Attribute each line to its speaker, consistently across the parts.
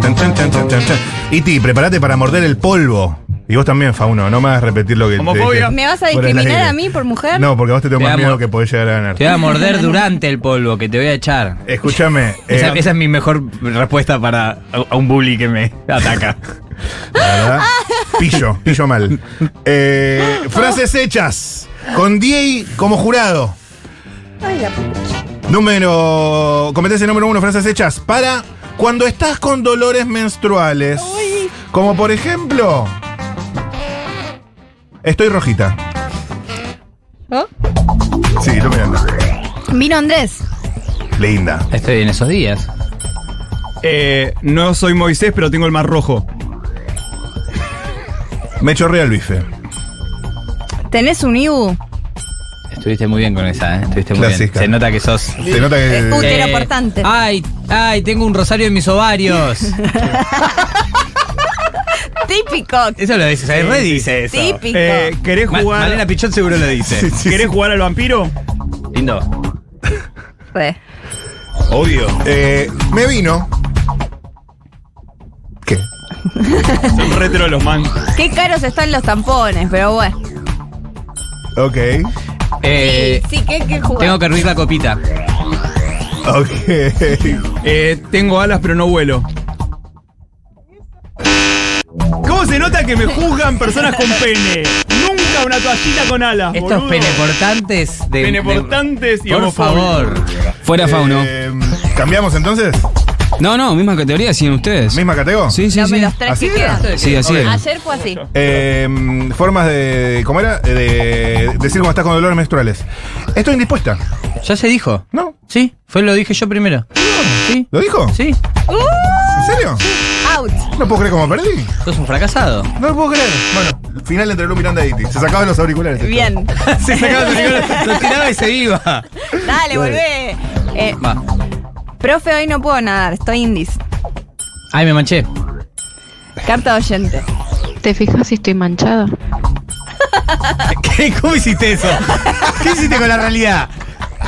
Speaker 1: Tan, tan, tan, tan, tan, tan. Iti, prepárate para morder el polvo. Y vos también, Fauno, no me hagas repetir lo que te
Speaker 2: Homofobia.
Speaker 1: dije
Speaker 3: ¿Me vas a
Speaker 1: fuera del
Speaker 3: discriminar
Speaker 1: aire.
Speaker 3: a mí por mujer?
Speaker 1: No, porque a vos te tengo
Speaker 4: Te
Speaker 1: más
Speaker 4: amo.
Speaker 1: miedo que podés llegar a ganar.
Speaker 4: Te voy a morder durante el polvo que te voy a echar.
Speaker 1: Escúchame. eh,
Speaker 4: Esa, esa es mi mejor respuesta para a, a un bully que me ataca.
Speaker 1: la verdad, Pillo, pillo mal. Eh, frases hechas. Con Diey como jurado.
Speaker 3: Ay, la puta.
Speaker 1: Número. Competencia número uno, frases hechas. Para cuando estás con dolores menstruales. Como por ejemplo. Estoy rojita.
Speaker 3: ¿Oh?
Speaker 1: Sí, lo mirando.
Speaker 3: Vino Andrés.
Speaker 1: Linda.
Speaker 4: Estoy en esos días.
Speaker 2: Eh, no soy Moisés, pero tengo el mar rojo.
Speaker 1: Me chorrea el bife.
Speaker 3: ¿Tenés un Ibu?
Speaker 4: Estuviste muy bien con esa, ¿eh? Estuviste muy
Speaker 1: Clásica.
Speaker 4: bien. Se nota que sos.
Speaker 1: Se nota que.
Speaker 3: Eh, Útil, aportante.
Speaker 4: Ay, ay, tengo un rosario en mis ovarios.
Speaker 3: Típico.
Speaker 4: Eso lo dices, ahí re dice eso.
Speaker 3: Típico.
Speaker 2: Eh, ¿Querés
Speaker 4: Ma-
Speaker 2: jugar?
Speaker 4: Malena Pichón seguro lo dice.
Speaker 1: Sí, sí,
Speaker 2: ¿Querés jugar al vampiro?
Speaker 4: Lindo.
Speaker 3: Re.
Speaker 1: Obvio. Eh, me vino. ¿Qué?
Speaker 2: Son retro los man.
Speaker 3: Qué caros están los tampones, pero bueno.
Speaker 1: Ok.
Speaker 4: Eh,
Speaker 3: sí, que hay que jugar.
Speaker 4: tengo que hervir la copita.
Speaker 1: Ok.
Speaker 2: Eh, tengo alas, pero no vuelo. ¿Cómo se nota que me juzgan personas con pene? Nunca una toallita con alas.
Speaker 4: Estos
Speaker 2: Ah, boludo.
Speaker 4: peneportantes de.
Speaker 2: Peneportantes y
Speaker 4: de- Por
Speaker 2: homofóbicos.
Speaker 4: favor.
Speaker 5: Fuera Fauno.
Speaker 1: Eh, ¿Cambiamos entonces?
Speaker 5: No, no, misma categoría, siguen ustedes.
Speaker 1: ¿Misma categoría?
Speaker 5: Sí, sí,
Speaker 3: Dame
Speaker 5: sí.
Speaker 3: los tres
Speaker 1: ¿Así
Speaker 3: que
Speaker 1: era?
Speaker 3: quedan.
Speaker 5: Sí, así es.
Speaker 3: Ayer fue así.
Speaker 1: Eh, formas de. ¿Cómo era? Eh, De decir cómo estás con dolores menstruales. Estoy indispuesta.
Speaker 4: Ya se dijo.
Speaker 1: ¿No?
Speaker 4: Sí, fue lo dije yo primero. Sí,
Speaker 1: ¿Lo dijo?
Speaker 4: sí.
Speaker 3: Uh,
Speaker 1: ¿En serio?
Speaker 3: out.
Speaker 1: No puedo creer cómo perdí.
Speaker 4: Sos un fracasado.
Speaker 1: No lo puedo creer. Bueno, final entre Lu Miranda y Iti. Se sacaban los auriculares.
Speaker 3: Bien.
Speaker 4: se sacaba el auricular, lo tiraba y se iba.
Speaker 3: Dale, volvé. Eh,
Speaker 4: Va.
Speaker 3: profe, hoy no puedo nadar, estoy indis.
Speaker 4: Ay, me manché.
Speaker 3: Carta de oyente.
Speaker 6: ¿Te fijas si estoy manchada?
Speaker 4: ¿Qué? ¿Cómo hiciste eso? ¿Qué hiciste con la realidad?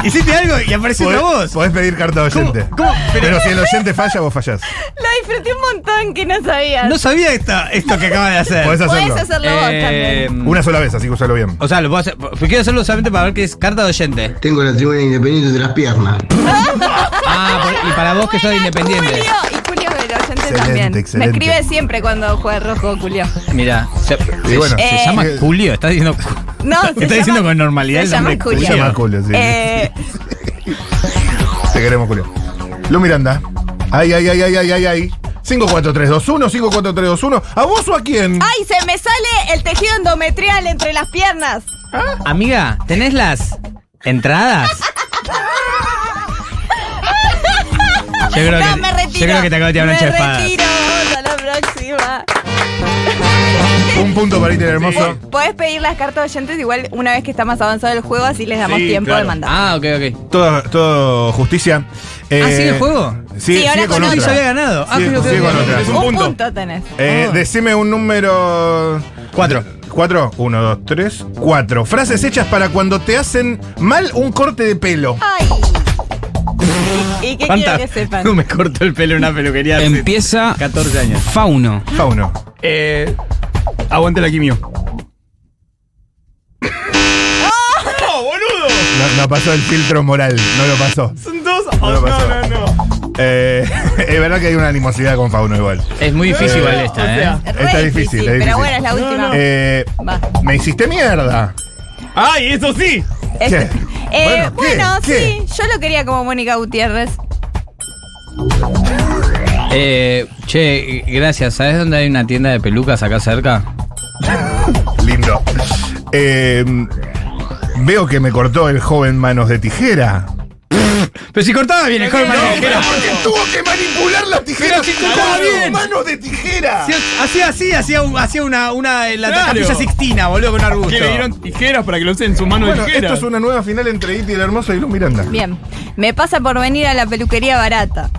Speaker 4: ¿Hiciste algo y apareció una
Speaker 1: ¿Podés,
Speaker 4: voz?
Speaker 1: podés pedir carta de
Speaker 4: ¿Cómo-
Speaker 1: oyente.
Speaker 4: cómo? Eh.
Speaker 1: Pero, si el oyente falla, vos fallás.
Speaker 3: Lo disfruté un montón que no sabías.
Speaker 4: No sabía esta- esto que acaba de hacer.
Speaker 1: Podés hacerlo.
Speaker 3: Puedes hacerlo vos
Speaker 4: Eh,
Speaker 3: también.
Speaker 1: Una sola vez, así que usalo bien.
Speaker 4: O sea, lo puedo hacer. Quiero hacerlo solamente para ver qué es carta de oyente.
Speaker 7: Tengo la tribuna independiente de las piernas.
Speaker 4: Ah, por- y para vos que sos
Speaker 3: Buena,
Speaker 4: independiente.
Speaker 3: Julio. Y Julio del oyente
Speaker 1: Excelente,
Speaker 3: también.
Speaker 1: excelente.
Speaker 3: Me escribe siempre cuando juega rojo, Julio.
Speaker 4: Mira, se,
Speaker 1: Y bueno,
Speaker 4: se
Speaker 3: Eh.
Speaker 4: llama Julio. Estás diciendo.
Speaker 3: No, se
Speaker 4: Está diciendo
Speaker 3: llama-
Speaker 4: con normalidad el
Speaker 3: Se llama
Speaker 4: nombre
Speaker 1: Se
Speaker 3: Julio.
Speaker 1: llama Julio, sí.
Speaker 3: Eh,
Speaker 1: Te queremos, Julio. Lu Miranda. Ay, ay, ay, ay, ay, ay, ay. 54321, 54321. ¿A vos o a quién?
Speaker 3: ¡Ay, se me sale el tejido endometrial entre las piernas!
Speaker 4: Amiga, ¿tenés las entradas? Yo creo,
Speaker 3: no,
Speaker 4: que,
Speaker 3: me retiro.
Speaker 4: yo creo que te acabo de tirar una
Speaker 3: me
Speaker 4: hacha de espada.
Speaker 3: retiro, vamos a la próxima. Eh,
Speaker 1: Un punto para Iti el hermoso.
Speaker 3: Podés pedir las cartas oyentes igual una vez que está más avanzado el juego, así les damos
Speaker 2: Sí,
Speaker 3: tiempo
Speaker 2: claro.
Speaker 3: de mandar.
Speaker 4: Ah, ok, ok.
Speaker 1: Todo, todo justicia.
Speaker 4: ¿Ah,
Speaker 1: Eh,
Speaker 4: sigue el juego?
Speaker 1: Sí,
Speaker 3: Sí, ahora
Speaker 1: sigue con
Speaker 3: con
Speaker 1: otra.
Speaker 3: otro.
Speaker 4: Ya había ganado. Ah,
Speaker 1: Sigue-
Speaker 4: ok, ok,
Speaker 1: sigue
Speaker 4: ok.
Speaker 1: con otra.
Speaker 2: Es
Speaker 3: un
Speaker 2: un punto.
Speaker 3: punto. tenés.
Speaker 1: Eh, Decime un número.
Speaker 4: Cuatro.
Speaker 1: ¿Cuatro? Uno, dos, tres, cuatro. Frases hechas para cuando te hacen mal un corte de pelo.
Speaker 3: ¡Ay! ¿Y, y qué quiero que sepan?
Speaker 4: me corto el pelo en una peluquería? hace
Speaker 5: Empieza
Speaker 4: 14 años.
Speaker 5: Fauno.
Speaker 3: Ah,
Speaker 1: Fauno.
Speaker 2: Eh, aguante la quimio.
Speaker 3: ¡Oh!
Speaker 2: ¡No, boludo!
Speaker 1: No, no pasó el filtro moral, no lo pasó.
Speaker 2: Son dos.
Speaker 1: No
Speaker 2: Oh,
Speaker 1: lo
Speaker 2: No,
Speaker 1: pasó.
Speaker 2: no, no.
Speaker 1: Eh, es verdad que hay una animosidad con Fauno igual.
Speaker 4: Es muy difícil igual
Speaker 2: Eh,
Speaker 4: esta,
Speaker 2: o
Speaker 4: ¿eh?
Speaker 2: sea,
Speaker 3: Re
Speaker 1: Está difícil, está difícil.
Speaker 3: Pero bueno, es la última.
Speaker 1: Eh,
Speaker 3: Va.
Speaker 1: me hiciste mierda.
Speaker 2: ¡Ay, eso sí!
Speaker 3: Este-
Speaker 1: ¿Qué?
Speaker 3: Eh,
Speaker 1: Bueno, ¿qué?
Speaker 3: bueno,
Speaker 1: ¿Qué?
Speaker 3: sí, yo lo quería como Mónica Gutiérrez.
Speaker 4: Eh, che, gracias. ¿Sabes dónde hay una tienda de pelucas acá cerca?
Speaker 1: Lindo. Eh, Veo que me cortó el joven manos de tijera.
Speaker 4: Pero si cortaba bien el joven Mariano Tijera.
Speaker 1: Porque tuvo que manipular las tijeras
Speaker 4: si
Speaker 1: con
Speaker 4: cortaba bien.
Speaker 1: manos de tijera.
Speaker 4: Hacía- Hacía así, hacía, un- hacía una, una la
Speaker 2: Claro.
Speaker 4: capilla sixtina, boludo, con un arbusto.
Speaker 2: Que le dieron tijeras para que lo usen en su mano
Speaker 1: Bueno,
Speaker 2: de tijeras.
Speaker 1: esto es una nueva final entre Iti el Hermoso y Lu Miranda.
Speaker 3: Bien. Me pasa por venir a la peluquería barata.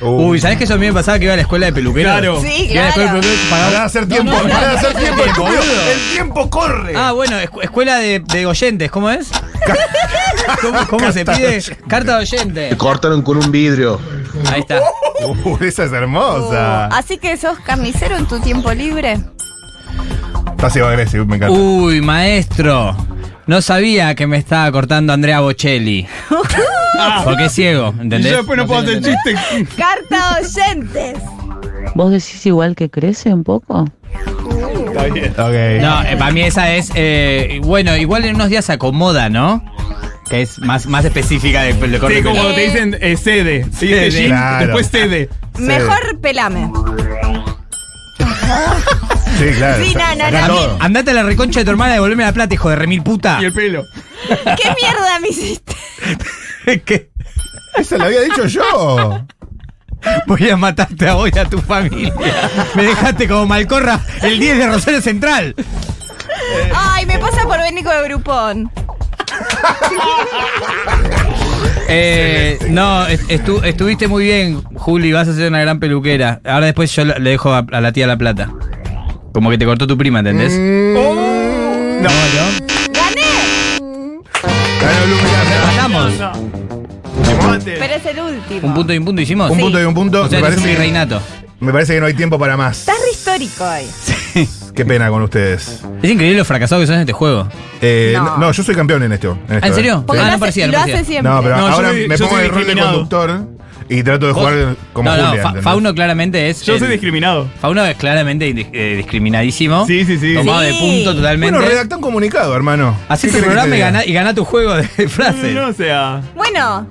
Speaker 4: Uy, ¿sabés que eso a mí me pasaba que iba a la escuela de peluqueros?
Speaker 2: Claro.
Speaker 3: Sí,
Speaker 4: Iba a la escuela de
Speaker 3: claro.
Speaker 4: peluqueros, pagaba-
Speaker 1: Para hacer tiempo,
Speaker 4: no, no,
Speaker 1: para
Speaker 4: no,
Speaker 1: hacer
Speaker 4: no,
Speaker 1: tiempo,
Speaker 4: no,
Speaker 1: estúpido.
Speaker 4: boludo.
Speaker 1: El tiempo corre.
Speaker 4: Ah, bueno, escu- escuela de, de oyentes, ¿cómo es? ¿Cómo, cómo se
Speaker 1: Carta de
Speaker 4: pide? Carta de oyente.
Speaker 7: cortaron con un vidrio.
Speaker 4: Ahí está.
Speaker 1: Uh, esa es hermosa.
Speaker 3: Así que sos carnicero en tu tiempo libre.
Speaker 1: Pasivo agresivo, me encanta.
Speaker 4: Uy, maestro. No sabía que me estaba cortando Andrea Bocelli. Porque es ciego,
Speaker 2: Ah. Y
Speaker 4: ¿entendés?
Speaker 2: yo después no, puedo
Speaker 4: sé
Speaker 2: hacer
Speaker 4: si entendés.
Speaker 2: chiste.
Speaker 3: Carta oyentes.
Speaker 8: ¿Vos decís igual que crece un poco?
Speaker 1: Ok.
Speaker 4: No, eh, para mí esa es. eh, bueno, igual en unos días se acomoda, ¿no? Que es más, más específica de, de corte
Speaker 2: Sí,
Speaker 4: de pelo.
Speaker 2: como cuando te dicen eh, cede. Te
Speaker 4: Cede.
Speaker 2: dice Jim,
Speaker 1: Claro.
Speaker 2: después cede.
Speaker 3: Mejor pelame.
Speaker 1: Sí, claro.
Speaker 3: Sí,
Speaker 1: sa-
Speaker 3: no, no,
Speaker 1: saca
Speaker 3: no,
Speaker 1: todo.
Speaker 4: Andate a la reconcha de tu hermana y devolverme la plata, hijo de remil puta.
Speaker 2: Y el pelo.
Speaker 3: ¿Qué mierda me hiciste?
Speaker 4: que
Speaker 1: Esa la había dicho yo.
Speaker 4: voy a matarte a vos y a tu familia. Me dejaste como malcorra el 10 de Rosario Central.
Speaker 1: Eh.
Speaker 3: Ay, me pasa por venir con el grupón.
Speaker 4: Eh, no, est- estu- estuviste muy bien, Juli, vas a ser una gran peluquera. Ahora después yo le dejo a, a la tía la plata. Como que te cortó tu prima, ¿entendés?
Speaker 2: Mm.
Speaker 1: Mm.
Speaker 4: No, no.
Speaker 3: ¡Gané!
Speaker 1: Ganó Lu Miranda.
Speaker 4: Matamos.
Speaker 3: Pero es el último.
Speaker 4: Un punto y un punto hicimos.
Speaker 1: Un punto y un punto.
Speaker 4: O sea,
Speaker 1: me,
Speaker 4: es un
Speaker 1: parece,
Speaker 4: virreinato.
Speaker 1: me parece que no hay tiempo para más.
Speaker 3: Estás re histórico hoy.
Speaker 1: Qué pena con ustedes.
Speaker 4: Es increíble lo fracasado que son en este juego.
Speaker 1: Eh,
Speaker 3: No.
Speaker 1: no. no, yo soy campeón en esto. en esto,
Speaker 4: ¿En
Speaker 1: eh.
Speaker 4: serio?
Speaker 1: Sí.
Speaker 3: Porque
Speaker 4: Ah,
Speaker 3: lo,
Speaker 4: no
Speaker 3: hace,
Speaker 4: parecía, no
Speaker 3: lo
Speaker 4: parecía.
Speaker 3: hace siempre.
Speaker 1: No, pero
Speaker 2: No, yo
Speaker 1: ahora
Speaker 2: soy-
Speaker 1: me
Speaker 2: yo
Speaker 1: pongo
Speaker 2: soy
Speaker 1: el rol de
Speaker 2: discriminado.
Speaker 1: conductor y trato de jugar como
Speaker 4: no,
Speaker 1: Julia.
Speaker 4: no, Fa-
Speaker 1: ¿entendés?
Speaker 4: Fauno claramente es.
Speaker 2: Yo
Speaker 4: el-
Speaker 2: soy discriminado.
Speaker 4: Fauno es claramente indi- eh, discriminadísimo.
Speaker 2: Sí, sí, sí.
Speaker 4: Tomado de
Speaker 3: Sí.
Speaker 4: punto totalmente.
Speaker 1: Bueno, redacta un comunicado, hermano.
Speaker 4: Hacé
Speaker 1: ¿Qué querés
Speaker 4: tu
Speaker 1: que
Speaker 4: programa
Speaker 1: te
Speaker 4: y
Speaker 1: diga?
Speaker 4: gana, y gana tu juego de frases.
Speaker 2: No, o sea.
Speaker 3: Bueno,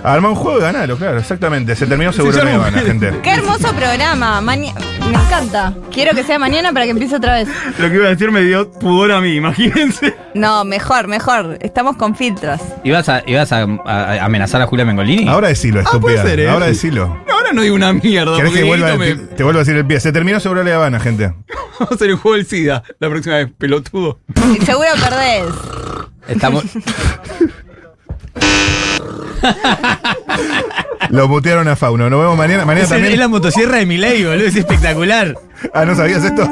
Speaker 1: Armá un juego y ganalo, claro, exactamente. Se terminó seguro
Speaker 2: ya
Speaker 1: de
Speaker 2: no-
Speaker 1: gana, gente.
Speaker 3: qué hermoso programa. Maña- me encanta. Quiero que sea mañana para que empiece otra vez.
Speaker 2: Lo que iba a decir me dio pudor a mí, imagínense.
Speaker 3: No, mejor, mejor. Estamos con filtros.
Speaker 4: ¿Ibas, a, ibas a, a- a amenazar a Julia Mengolini?
Speaker 1: Ahora decilo, estúpida.
Speaker 2: puede ser, ¿eh?
Speaker 1: Ahora decilo.
Speaker 2: No, ahora no digo una mierda.
Speaker 1: ¿Querés
Speaker 2: Porque
Speaker 1: que vuelva,
Speaker 2: Dieguito
Speaker 1: te,
Speaker 2: me-
Speaker 1: te vuelvo a decir el pie? Se terminó seguro de Habana, gente.
Speaker 2: Vamos a hacer el juego del SIDA la próxima vez, pelotudo.
Speaker 3: Y Seguro perdés.
Speaker 4: Estamos.
Speaker 1: Lo mutearon a Fauno. Nos vemos mañana. Mañana
Speaker 4: es, es
Speaker 1: también.
Speaker 4: la motosierra de Milei, boludo. Es espectacular.
Speaker 1: Ah, ¿no sabías esto?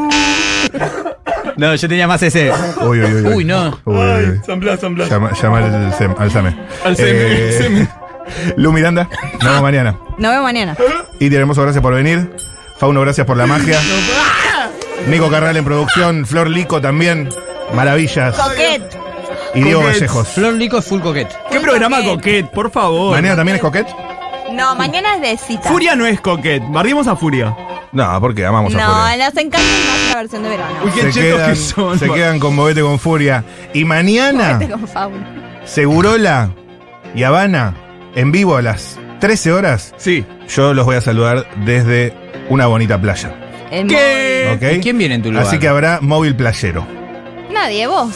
Speaker 4: No, yo tenía más ese.
Speaker 1: Uy, uy, uy.
Speaker 4: Uy, no.
Speaker 1: Uy, uy, uy.
Speaker 2: San Blas, San Blas.
Speaker 1: Llama, llama al, SEM, al SAME.
Speaker 2: Al SEM,
Speaker 1: Eh,
Speaker 2: SEM.
Speaker 1: Lu Miranda, nos vemos mañana.
Speaker 3: Nos vemos mañana.
Speaker 1: Y hermoso, gracias por venir. Fauno, gracias por la magia. Nico Carral en producción. Flor Lico también. Maravillas.
Speaker 3: Coquet.
Speaker 1: Y Diego
Speaker 2: Coquets.
Speaker 1: Vallejos.
Speaker 4: Flor Lico es full coquete.
Speaker 2: ¿Qué programa coquet, por favor?
Speaker 1: ¿Mañana también es coquet?
Speaker 3: No, mañana es de cita.
Speaker 2: Furia no es coquet, barrimos a Furia.
Speaker 1: No, porque amamos a Flor.
Speaker 3: No, nos encanta más la versión de verano.
Speaker 2: Uy, qué
Speaker 1: se
Speaker 2: chetos
Speaker 1: quedan,
Speaker 2: que son.
Speaker 1: se quedan con Movete con Furia. Y
Speaker 3: Vete
Speaker 1: mañana,
Speaker 3: con Fauno.
Speaker 1: Segurola y Habana, en vivo a las 13 horas,
Speaker 2: Sí.
Speaker 1: yo los voy a saludar desde una bonita playa.
Speaker 3: El
Speaker 2: ¿Qué?
Speaker 1: ¿ok?
Speaker 4: ¿Y quién viene en tu lugar?
Speaker 1: Así que habrá móvil playero.
Speaker 3: móvil. Nadie, vos.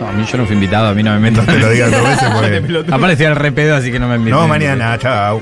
Speaker 4: No, a mí yo no fui invitado, a mí no me meto.
Speaker 1: No te lo digas dos veces
Speaker 2: Dale,
Speaker 1: porque...
Speaker 2: pelotudo.
Speaker 4: Aparte, al repedo, así que no me invitan.
Speaker 1: No, mañana, chao.